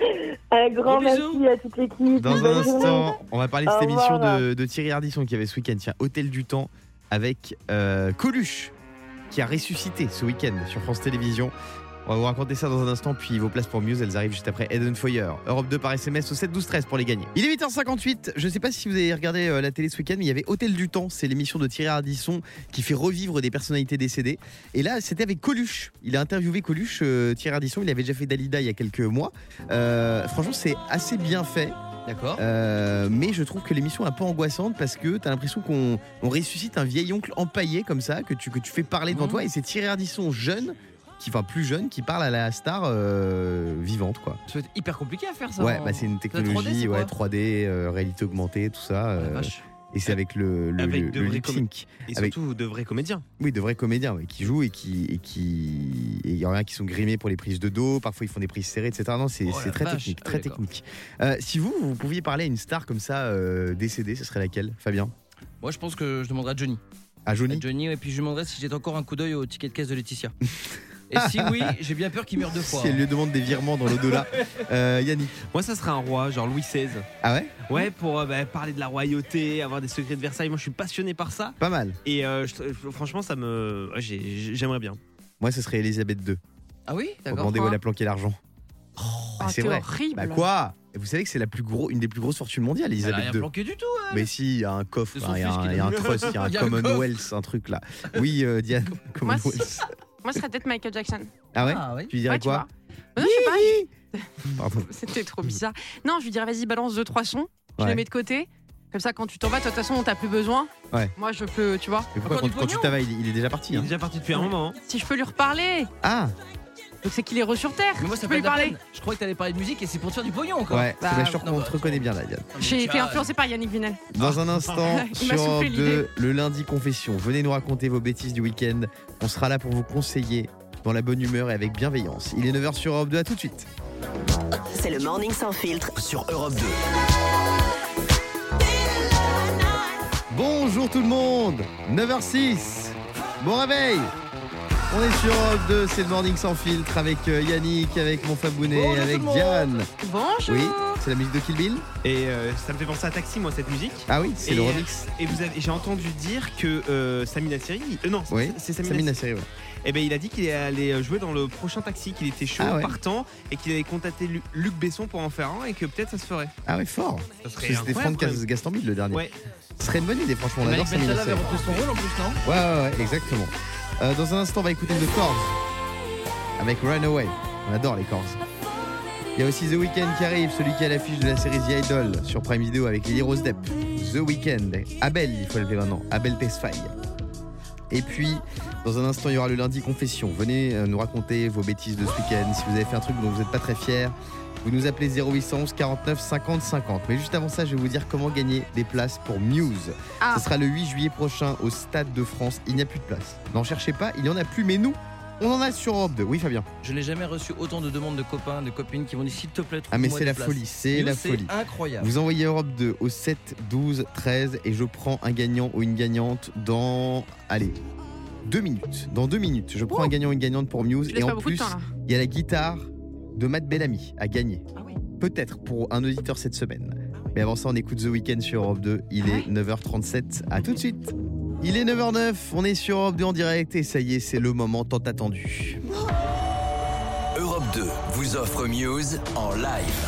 Un grand Gros bisous. merci à toute l'équipe. Dans un Bonne journée. instant, on va parler de cette Au émission revoir. de, de Thierry Ardisson qui avait ce week-end, tiens, Hôtel du Temps, avec euh, Coluche, qui a ressuscité ce week-end sur France Télévisions. On va vous raconter ça dans un instant, puis vos places pour Muse, elles arrivent juste après Eden Foyer. Europe 2 par SMS au 7 12 13 pour les gagner. Il est 8h58, je ne sais pas si vous avez regardé euh, la télé ce week-end, mais il y avait Hôtel du Temps, c'est l'émission de Thierry Ardisson qui fait revivre des personnalités décédées. Et là, c'était avec Coluche. Il a interviewé Coluche, euh, Thierry Ardisson, il avait déjà fait Dalida il y a quelques mois. Euh, franchement, c'est assez bien fait. D'accord. Euh, mais je trouve que l'émission est un peu angoissante parce que t'as l'impression qu'on on ressuscite un vieil oncle empaillé comme ça, que tu, que tu fais parler devant Mhm. toi, et c'est Thierry Ardisson jeune, qui, enfin plus jeune, qui parle à la star euh, vivante, quoi. Ça va être hyper compliqué à faire ça. hein. ouais, en- bah, c'est une c'est Oh. 3D, technologie, c'est quoi ouais, 3D, euh, réalité augmentée, tout ça. Ah, la euh, vache. et c'est avec le, le, Avec le- de le vrais lip sync. Et Avec- surtout de vrais comédiens. Oui, de vrais comédiens ouais, qui jouent et qui. et qui- et il y en a qui sont grimés pour les prises de dos, parfois ils font des prises serrées, etc. Non, c'est Oh la c'est très vache. technique, Ah très oui, d'accord. technique. Euh, si vous, vous pouviez parler à une star comme ça euh, décédée, ce serait laquelle, Fabien Moi, je pense que je demanderai à Johnny. À Johnny À Johnny, et puis je lui demanderai si j'ai encore un coup d'œil au ticket de caisse de Laetitia. et si oui, j'ai bien peur qu'il meure deux fois. hein. Si elle lui demande des virements dans l'au-delà. Euh, Yannick. Moi, ça serait un roi, genre Louis XVI. Ah ouais Ouais, pour euh, bah, parler de la royauté, avoir des secrets de Versailles. Moi, je suis passionné par ça. Pas mal. Et euh, je- je- franchement, ça me. ouais, j'ai- J'aimerais bien. Moi, ce serait Elisabeth II. Ah oui Pour D'accord. Oh, demander où quoi elle a planqué l'argent. Ah, c'est t'es vrai. horrible. Bah quoi Vous savez que c'est la plus gros, une des plus grosses fortunes mondiales, Elle a rien Elisabeth II. planqué du tout. hein. Mais si, il y a un coffre, De son hein, il y a fils un, qui il y a un donne- trust, il y a un Il y a le Commonwealth, un truc là. Oui, euh, Diane, Moi, c'est- Commonwealth. Moi, ce serait peut-être Michael Jackson. Ah ouais Ah oui. Tu lui dirais Ouais, tu quoi vois. Non, je sais pas, Pardon. C'était trop bizarre. Non, je lui dirais, vas-y, balance deux, trois sons. Je Ouais. les mets de côté. Comme ça, quand tu t'en vas, toi, de toute façon, on t'a plus besoin. Ouais. Moi, je peux, tu vois. Mais pourquoi Encore quand, du quand tu pognon t'en vas, il, il est déjà parti Il est hein. déjà parti depuis un moment. hein. Si je peux lui reparler, Ah donc c'est qu'il est re sur terre. Mais moi, je ça peux fait lui de la parler. peine. Je croyais que t'allais parler de musique et c'est pour te faire du pognon encore. Ouais, Bah, c'est sûr non, qu'on bah, te reconnaît bien là, Diane. J'ai Ah. été influencé par Yannick Vinel. Dans un instant, Il m'a sur Europe soufflé 2, le lundi confession. Venez nous raconter vos bêtises du week-end. On sera là pour vous conseiller dans la bonne humeur et avec bienveillance. Il est 9h sur Europe 2, à tout de suite. C'est le morning sans filtre. sur Europe 2. Bonjour tout le monde 9h06, bon réveil on est sur Europe 2, c'est le morning sans filtre avec euh, Yannick, avec mon Fabounet, Bonjour tout avec le monde. Diane. Bonjour. Oui, c'est la musique de Kill Bill Et euh, ça me fait penser à Taxi, moi, cette musique. Ah oui, c'est Et, le euh, remix. Et vous avez, j'ai entendu dire que euh, Samina Thierry. euh, non, c'est- Oui, c'est Samina Samina Seri, ouais. Eh ben, il a dit qu'il allait jouer dans le prochain taxi, qu'il était chaud Ah ouais. partant et qu'il avait contacté Lu- Luc Besson pour en faire un et que peut-être ça se ferait. Ah oui, fort. Ça serait C'était incroyable, Franck quand même. Gastambide le dernier. Ouais. Ce serait une bonne idée, franchement. On adore Malik Samina Bentala avait Seri. repris son rôle en plus, non Ouais, ouais, ouais, exactement. Euh, dans un instant, on va écouter The Corrs avec Runaway. On adore les Corrs. Il y a aussi The Weeknd qui arrive, celui qui est à l'affiche de la série The Idol sur Prime Video avec Lily Rose Depp. The Weeknd, Abel, il faut l'appeler maintenant, Abel Tesfaye. Et puis, dans un instant, il y aura le lundi confession. Venez euh, nous raconter vos bêtises de ce week-end. Si vous avez fait un truc dont vous n'êtes pas très fier, vous nous appelez 0811 49 50 50. Mais juste avant ça, je vais vous dire comment gagner des places pour Muse. Ah. Ce sera le 8 juillet prochain au Stade de France. Il n'y a plus de place. N'en cherchez pas, il n'y en a plus. Mais nous, on en a sur Europe 2. Oui, Fabien. Ah, Je n'ai jamais reçu autant de demandes de copains, de copines qui m'ont dit s'il te plaît, Ah, mais trouve-moi c'est la des places. folie. C'est Et la nous, folie. incroyable. Vous envoyez Europe 2 au 7 12 13 et je prends un gagnant ou une gagnante dans allez deux minutes. Dans deux minutes, je prends Oh. un gagnant ou une gagnante pour Muse Je et laisse pas en beaucoup de plus temps, là. il y a la guitare de Matt Bellamy à gagner. Ah oui. Peut-être pour un auditeur cette semaine. Mais avant ça, on écoute The Weeknd sur Europe 2. Il Ah est 9h37. À tout de suite. Il est 9h09. On est sur Europe 2 en direct et ça y est, c'est le moment tant attendu. Europe 2 vous offre Muse en live.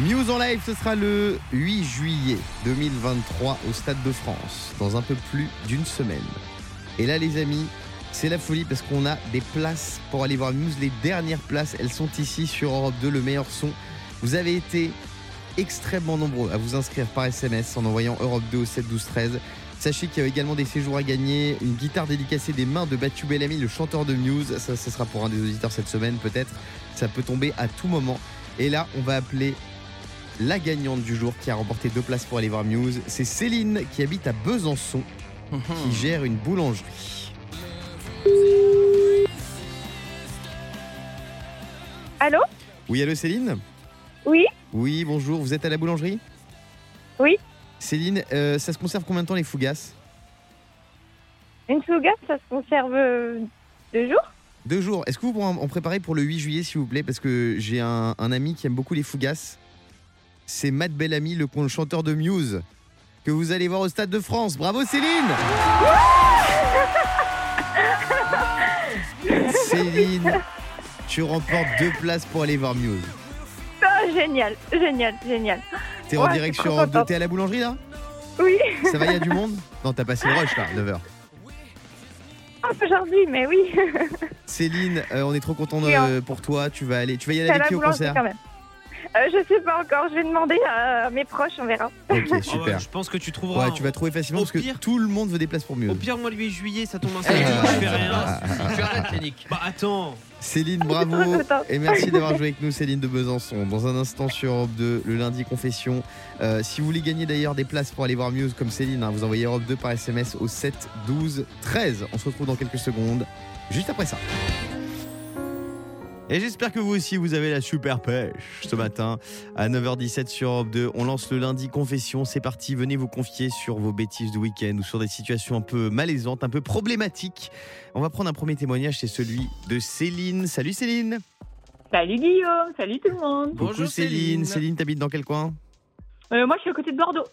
News en live, ce sera le 8 juillet 2023 au Stade de France, dans un peu plus d'une semaine. Et là, les amis, c'est la folie parce qu'on a des places pour aller voir Muse. Les dernières places, elles sont ici sur Europe 2, le meilleur son. Vous avez été extrêmement nombreux à vous inscrire par SMS en envoyant Europe 2 au 7 12 13. Sachez qu'il y a également des séjours à gagner, une guitare dédicacée des mains de Batu Bellamy, le chanteur de Muse. Ça, ça sera pour un des auditeurs cette semaine, peut-être. Ça peut tomber à tout moment. Et là, on va appeler la gagnante du jour qui a remporté deux places pour aller voir Muse. C'est Céline qui habite à Besançon, qui gère une boulangerie. Allô Oui, allô Céline Oui Oui, bonjour. Vous êtes à la boulangerie Oui. Céline, euh, ça se conserve combien de temps les fougasses Une souga, ça se conserve euh, deux jours Deux jours. Est-ce que vous pourrez en en préparer pour le 8 juillet, s'il vous plaît Parce que j'ai un, un ami qui aime beaucoup les fougasses. C'est Matt Bellamy, le, con- chanteur de Muse, que vous allez voir au Stade de France. Bravo Céline Céline, tu remportes deux places pour aller voir Muse. Ah, Génial, génial, génial. T'es en Ouais, direct je suis sur trop Europe 2. contente. T'es à la boulangerie là Oui, Ça va, il y a du monde Non, t'as passé le rush là, 9h. aujourd'hui, mais oui. Céline, euh, on est trop content de- Oui, hein. pour toi. Tu vas aller, tu vas y aller C'est à avec la qui au boulangerie concert quand même. Euh, je sais pas encore, je vais demander à mes proches, on verra. Ok, Oh, bah, super. je pense que tu trouveras. Ouais, tu hein. vas trouver facilement Au parce que pire- tout le monde veut des places pour mieux. Au pire, moi, le 8 juillet, ça tombe un Allez, samedi, Ah, je fais ah, rien. ah, ah, Tu arrêtes, Yannick. Bah attends, Céline, Je suis bravo trop contente. et merci d'avoir joué avec nous, Céline de Besançon. Dans un instant sur Europe 2, le lundi confession. Euh, si vous voulez gagner d'ailleurs des places pour aller voir Muse comme Céline, hein, vous envoyez Europe 2 par SMS au 7 12 13. On se retrouve dans quelques secondes, juste après ça. Et j'espère que vous aussi, vous avez la super pêche ce matin à 9h17 sur Europe 2. On lance le lundi confession. C'est parti, venez vous confier sur vos bêtises du week-end ou sur des situations un peu malaisantes, un peu problématiques. On va prendre un premier témoignage, c'est celui de Céline. Salut Céline Salut Guillaume, salut tout le monde. Bonjour, Coucou Céline. Céline, Céline, t'habites dans quel coin Euh, moi je suis à côté de Bordeaux.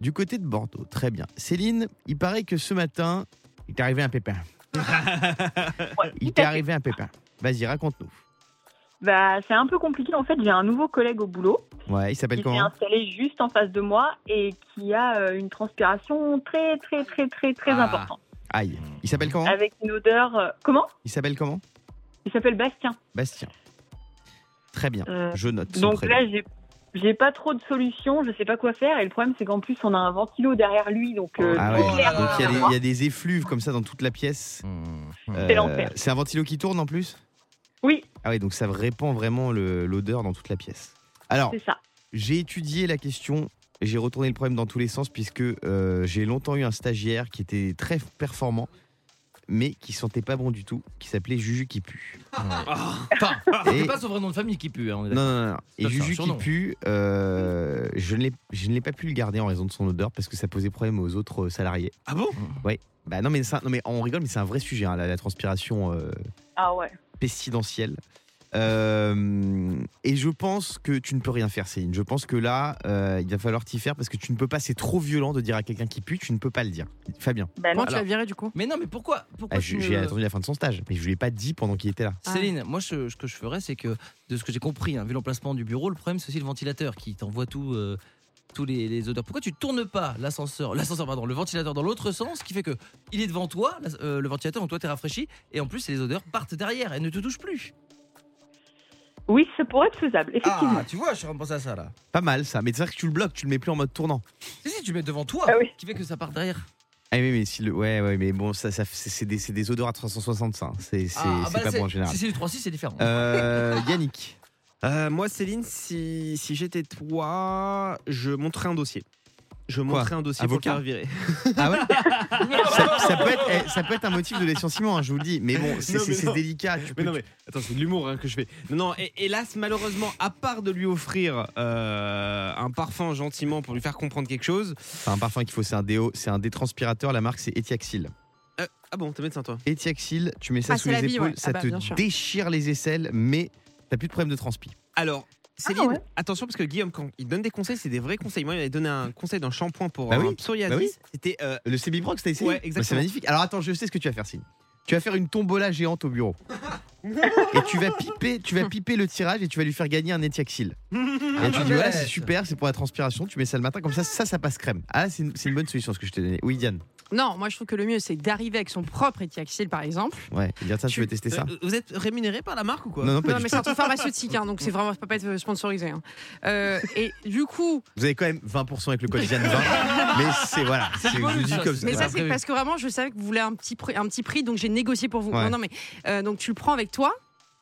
Du côté de Bordeaux, très bien. Céline, il paraît que ce matin, il t'est arrivé un pépin. Ouais, Il tout t'est à fait. arrivé un pépin. Vas-y, raconte-nous. Bah, c'est un peu compliqué en fait. J'ai un nouveau collègue au boulot Ouais, il qui s'appelle s'est comment installé juste en face de moi et qui a euh, une transpiration très très très très très Ah. importante Aïe. Il s'appelle comment avec une odeur. euh, Comment Il s'appelle comment Il s'appelle Bastien. Bastien. Très bien, Euh, je note. son Donc prénom. là j'ai j'ai pas trop de solution, je sais pas quoi faire et le problème c'est qu'en plus on a un ventilo derrière lui donc euh, Ah tout ouais, clair. donc il y a des- il y, a des effluves comme ça dans toute la pièce. Euh, l'enfer. c'est un ventilo qui tourne en plus Oui, Ah oui, donc ça répand vraiment le- l'odeur dans toute la pièce. Alors, c'est ça. J'ai étudié la question et j'ai retourné le problème dans tous les sens puisque euh, j'ai longtemps eu un stagiaire qui était très performant mais qui sentait pas bon du tout, qui s'appelait Juju qui pue. Enfin, Et- c'est pas son vrai nom de famille qui pue. hein, on est Non, d'accord. non, non. non. Ça, Et c'est un Juju qui surnom. pue, euh, je ne l'ai- je ne l'ai pas pu le garder en raison de son odeur parce que ça posait problème aux autres euh, salariés. ah bon Bah non, mais, ça- non, mais on rigole, mais c'est un vrai sujet, hein, la, la transpiration euh, Ah ouais. pestilentielle. Euh, et je pense que tu ne peux rien faire, Céline. Je pense que là, euh, il va falloir t'y faire parce que tu ne peux pas. C'est trop violent de dire à quelqu'un qui pue, tu ne peux pas le dire. Fabien, Bah, non. Comment tu l'as viré du coup Mais non, mais pourquoi, pourquoi ah, tu je- j'ai ne- attendu la fin de son stage, mais je lui ai pas dit pendant qu'il était là. Céline, moi, ce ce que je ferais, c'est que, de ce que j'ai compris, hein, vu l'emplacement du bureau, le problème, c'est aussi le ventilateur qui t'envoie tout, euh, tous les, les odeurs. Pourquoi tu tournes pas l'ascenseur, l'ascenseur, pardon, le ventilateur dans l'autre sens, qui fait que il est devant toi, la- euh, le ventilateur, donc toi, t'es rafraîchi, et en plus, les odeurs partent derrière, elles ne te touchent plus. Oui, ça pourrait être faisable, effectivement. Ah, tu vois, je suis en train de penser à ça, là. Pas mal ça, mais c'est vrai que tu le bloques, tu le mets plus en mode tournant. Si, si, tu le mets devant toi, Ah oui. qui fait que ça part derrière. Ah oui, mais si le, ouais, ouais, mais bon, ça, ça- c'est c'est des, c'est des odeurs à 360, ça. hein. C'est c'est- Ah, ah, c'est bah, pas bon en général. Si c'est du 3-6, c'est différent. Euh, Yannick, Euh, Moi, Céline, si, si j'étais toi, je monterais un dossier. Je monterais un dossier pour te Avocat faire virer. ah ouais ça, ça peut être, eh, ça peut être un motif de licenciement, hein, je vous le dis. Mais bon, c'est Non, mais c'est- c'est non. délicat. Tu peux, Mais non, mais attends, c'est de l'humour hein, que je fais. Non, non, hé- hélas, malheureusement, à part de lui offrir euh, un parfum gentiment pour lui faire comprendre quelque chose. C'est un parfum qu'il faut, c'est un déo, c'est un détranspirateur. La marque, c'est Etiaxil. Euh, ah bon, t'es médecin, toi Etiaxil, tu mets ça Ah, sous c'est les la bille, épaules, ouais. Ah ça bah, bien te sûr. déchire les aisselles, mais t'as plus de problème de transpi. Alors, Céline, ouais. attention parce que Guillaume, quand il donne des conseils, c'est des vrais conseils. Moi, il m'avait donné un conseil d'un shampoing pour Bah un oui, psoriasis. bah oui. C'était. euh, Le Cébibrox, t'as essayé Ouais, Bah, C'est exactement. magnifique. Alors attends, je sais ce que tu vas faire, Céline. Tu vas faire une tombola géante au bureau. et tu vas piper, tu vas piper le tirage et tu vas lui faire gagner un Etiaxil. et tu dis voilà, c'est super, c'est pour la transpiration. Tu mets ça le matin, comme ça, ça, ça passe crème. Ah, c'est une, c'est une bonne solution ce que je t'ai donné. Oui, Diane. Non, moi je trouve que le mieux c'est d'arriver avec son propre étiaxil par exemple. Ouais, dire ça, tu veux tester ça Euh, Vous êtes rémunéré par la marque ou quoi Non, non, pas Non, du mais tout. c'est un truc pharmaceutique, hein, donc c'est vraiment, ça peut pas être sponsorisé. hein. Euh, et du coup, Vous avez quand même 20% avec le code Yann 20. mais c'est voilà, C'est c'est du je vous bonus, dis ça, comme c'est- ça. mais voilà. ça c'est parce que vraiment je savais que vous voulez un petit prix, un petit prix donc j'ai négocié pour vous. Ouais. Non, non, mais euh, donc tu le prends avec toi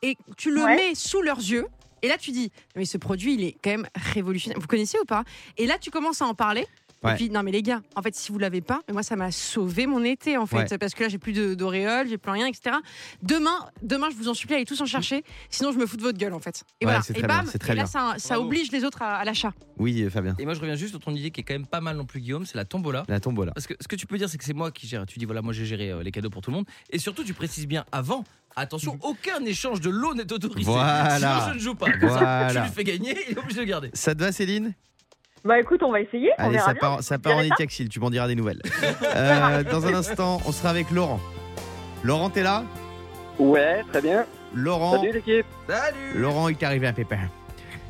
et tu le Ouais. mets sous leurs yeux. Et là, tu dis, mais ce produit, il est quand même révolutionnaire. Vous connaissez ou pas Et là, tu commences à en parler. Ouais. Et puis, non, mais les gars, en fait, si vous l'avez pas, mais moi, ça m'a sauvé mon été, en fait. Ouais. Parce que là, j'ai plus de- d'auréoles, j'ai plus rien, etc. Demain, demain, je vous en supplie, allez tous en chercher. Sinon, je me fous de votre gueule, en fait. Et Ouais, voilà. c'est Et très bam, bien, c'est très et là, bien. ça, ça Bravo. oblige les autres à, à l'achat. Oui, Fabien. Et moi, je reviens juste sur ton idée qui est quand même pas mal non plus, Guillaume, c'est la tombola. La tombola. Parce que ce que tu peux dire, c'est que c'est moi qui gère. Tu dis, voilà, moi j'ai géré euh, les cadeaux pour tout le monde. Et surtout, tu précises bien avant, attention, aucun échange de l'eau n'est autorisé. Mhm. Voilà. Sinon, je ne joue pas. Comme ça, Voilà. tu lui fais gagner, il est obligé de le garder. Ça te va, Céline Bah écoute, on va essayer. on Allez, verra ça bien. part, ça part en étaxile, tu m'en diras des nouvelles. Euh, dans un instant, on sera avec Laurent. Laurent, t'es là Ouais, très bien. Oh. Laurent, Salut l'équipe. Salut Laurent, il t'est arrivé un pépin.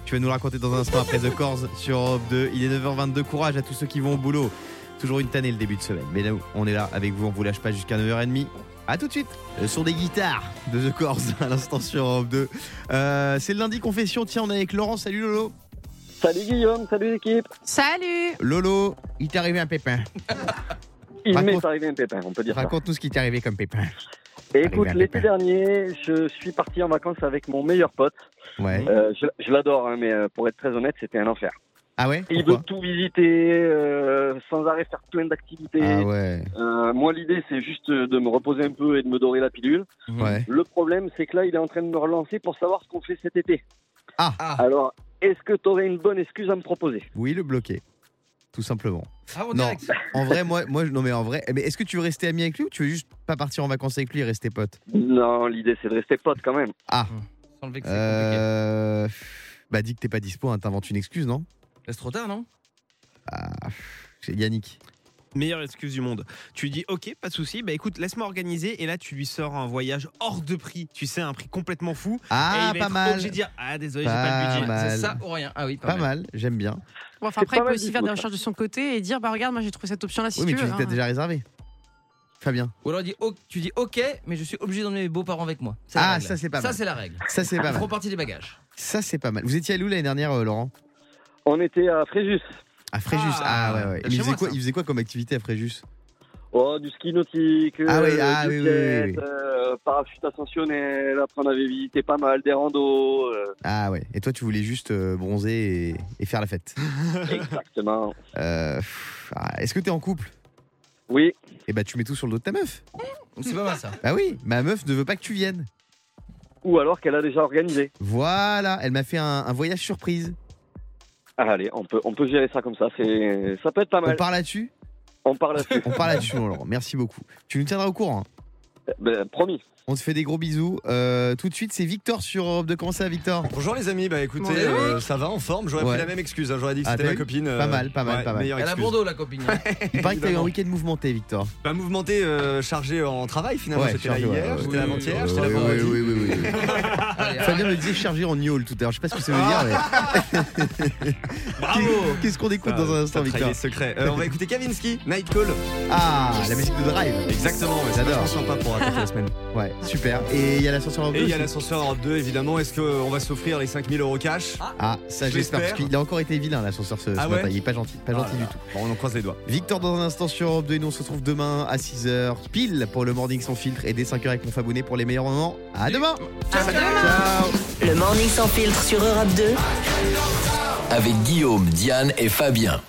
Tu vas nous le raconter dans un instant après The Corse sur Europe 2. Il est 9h22, courage à tous ceux qui vont au boulot. Toujours une tannée le début de semaine. Mais nous, on est là avec vous, on vous lâche pas jusqu'à 9h30. A tout de suite Le son des guitares de The Corse à l'instant sur Europe 2. Euh, C'est le lundi confession, tiens, on est avec Laurent. Salut Lolo Salut Guillaume, salut l'équipe. Salut Lolo, il t'est arrivé un pépin. Il Raconte- m'est arrivé un pépin, on peut dire ça. Raconte-nous ce qui t'est arrivé comme pépin. Écoute, un l'été pépin. dernier, je suis parti en vacances avec mon meilleur pote. Ouais. Euh, je je l'adore, hein, mais euh, pour être très honnête, c'était un enfer. Ah ouais Il Pourquoi veut tout visiter, euh, sans arrêt faire plein d'activités. Ah ouais. Euh, moi, l'idée, c'est juste de me reposer un peu et de me dorer la pilule. Mhm. Ouais. Le problème, c'est que là, il est en train de me relancer pour savoir ce qu'on fait cet été. Ah. Alors, est-ce que tu aurais une bonne excuse à me proposer Oui, le bloquer. Tout simplement. Ah, on Non. direct. En vrai, moi, moi, je- non, mais en vrai, eh, mais est-ce que tu veux rester ami avec lui ou tu veux juste pas partir en vacances avec lui et rester pote Non, l'idée, c'est de rester pote quand même. Sans le vexer, c'est compliqué. Euh. Bah, dis que t'es pas dispo, hein, t'inventes une excuse, non C'est trop tard, non Ah, pff, c'est Yannick. Meilleure excuse du monde. Tu lui dis ok, pas de souci, bah écoute, laisse-moi organiser et là tu lui sors un voyage hors de prix, tu sais, un prix complètement fou. et Ah, Eh, il va pas être mal. obligé de dire ah désolé, j'ai Pas pas le budget. mal. C'est ça ou rien Ah oui, pas, Pas mal. mal, j'aime bien. Bon, enfin, après, C'est pas il peut mal aussi du faire tout, des ça. recherches de son côté et dire, bah regarde, moi j'ai trouvé cette option-là si oui, mais tu tu veux. dis que t'as hein. déjà réservé. Fabien, Ou alors dis, oh, tu dis ok, mais je suis obligé d'emmener mes beaux-parents avec moi. C'est la Ah, règle. ça, c'est pas Ça, mal. c'est la règle. ça c'est Ils pas mal. font partie des bagages. Ça c'est pas mal. Vous étiez allé où l'année dernière, euh, Laurent On était à Fréjus. À Fréjus. Ah, Ah, ouais, ouais. chez Mais bah Il faisait, moi, quoi, ça. il faisait quoi comme activité à Fréjus Oh, du ski nautique, Ah euh, oui, ah du oui, oui, skate, oui, oui. euh, parachute ascensionnel, après on avait visité pas mal, des randos, euh, Ah ouais. Et toi, tu voulais juste euh, bronzer et- et faire la fête exactement. Euh, pff, ah, Est-ce que t'es en couple Oui, Eh bah tu mets tout sur le dos de ta meuf. C'est pas mal ça. Bah oui, ma meuf ne veut pas que tu viennes. ou alors qu'elle a déjà organisé. Voilà, elle m'a fait un, un voyage surprise. Ah, allez, on peut, on peut gérer ça comme ça, c'est, ça peut être pas On mal. parle là-dessus On parle là-dessus, On parle là-dessus, mon Laurent. Merci beaucoup. Tu nous tiendras au courant. hein. Ben, promis. On te fait des gros bisous. Euh, tout de suite, c'est Victor sur Europe 2. Comment ça, Victor Bonjour les amis, bah écoutez, Bonjour. euh, ça va en forme, j'aurais Ouais. pris la même excuse, hein, j'aurais dit que Ah, c'était t'as ma vu copine. euh, Pas mal, pas mal, ouais, pas mal. meilleure Elle a excuse. bon dos, la copine. Il paraît que t'as eu un évidemment. week-end mouvementé, Victor. Bah, mouvementé, euh, chargé en travail finalement, Ouais, j'étais là chargé, ouais, hier, ouais, j'étais ouais. là avant-hier, Oui, j'étais là oui, vendredi. oui, oui, oui, oui. Allez, Fabien le disait chargé en gnôle tout à l'heure. Je sais pas ce que ça veut dire, Ah. mais Bravo qu'est-ce qu'on écoute dans un instant, T'as trahi Victor les secrets. Euh, on va écouter Kavinsky, Night Call. Ah, la musique de Drive. Exactement, ouais, c'est J'adore. vachement sympa pour raconter la semaine. Ouais, super. Et il y a l'ascenseur Europe Et 2. il y a aussi. l'ascenseur en 2 évidemment, est-ce qu'on va s'offrir les 5000 euros cash Ah, ça Je j'espère, parce l'espère. qu'il a encore été vilain l'ascenseur ce, ce Ah ouais matin. Il est pas gentil, pas gentil Ah là du tout. Bon, on en croise les doigts. Victor dans un instant sur Europe 2 et nous on se retrouve demain à 6h pile pour le Morning Sans Filtre et dès 5h avec mon Fabonné pour les meilleurs moments. À demain Ciao Le Morning sans filtre sur Europe 2. Avec Guillaume, Diane et Fabien.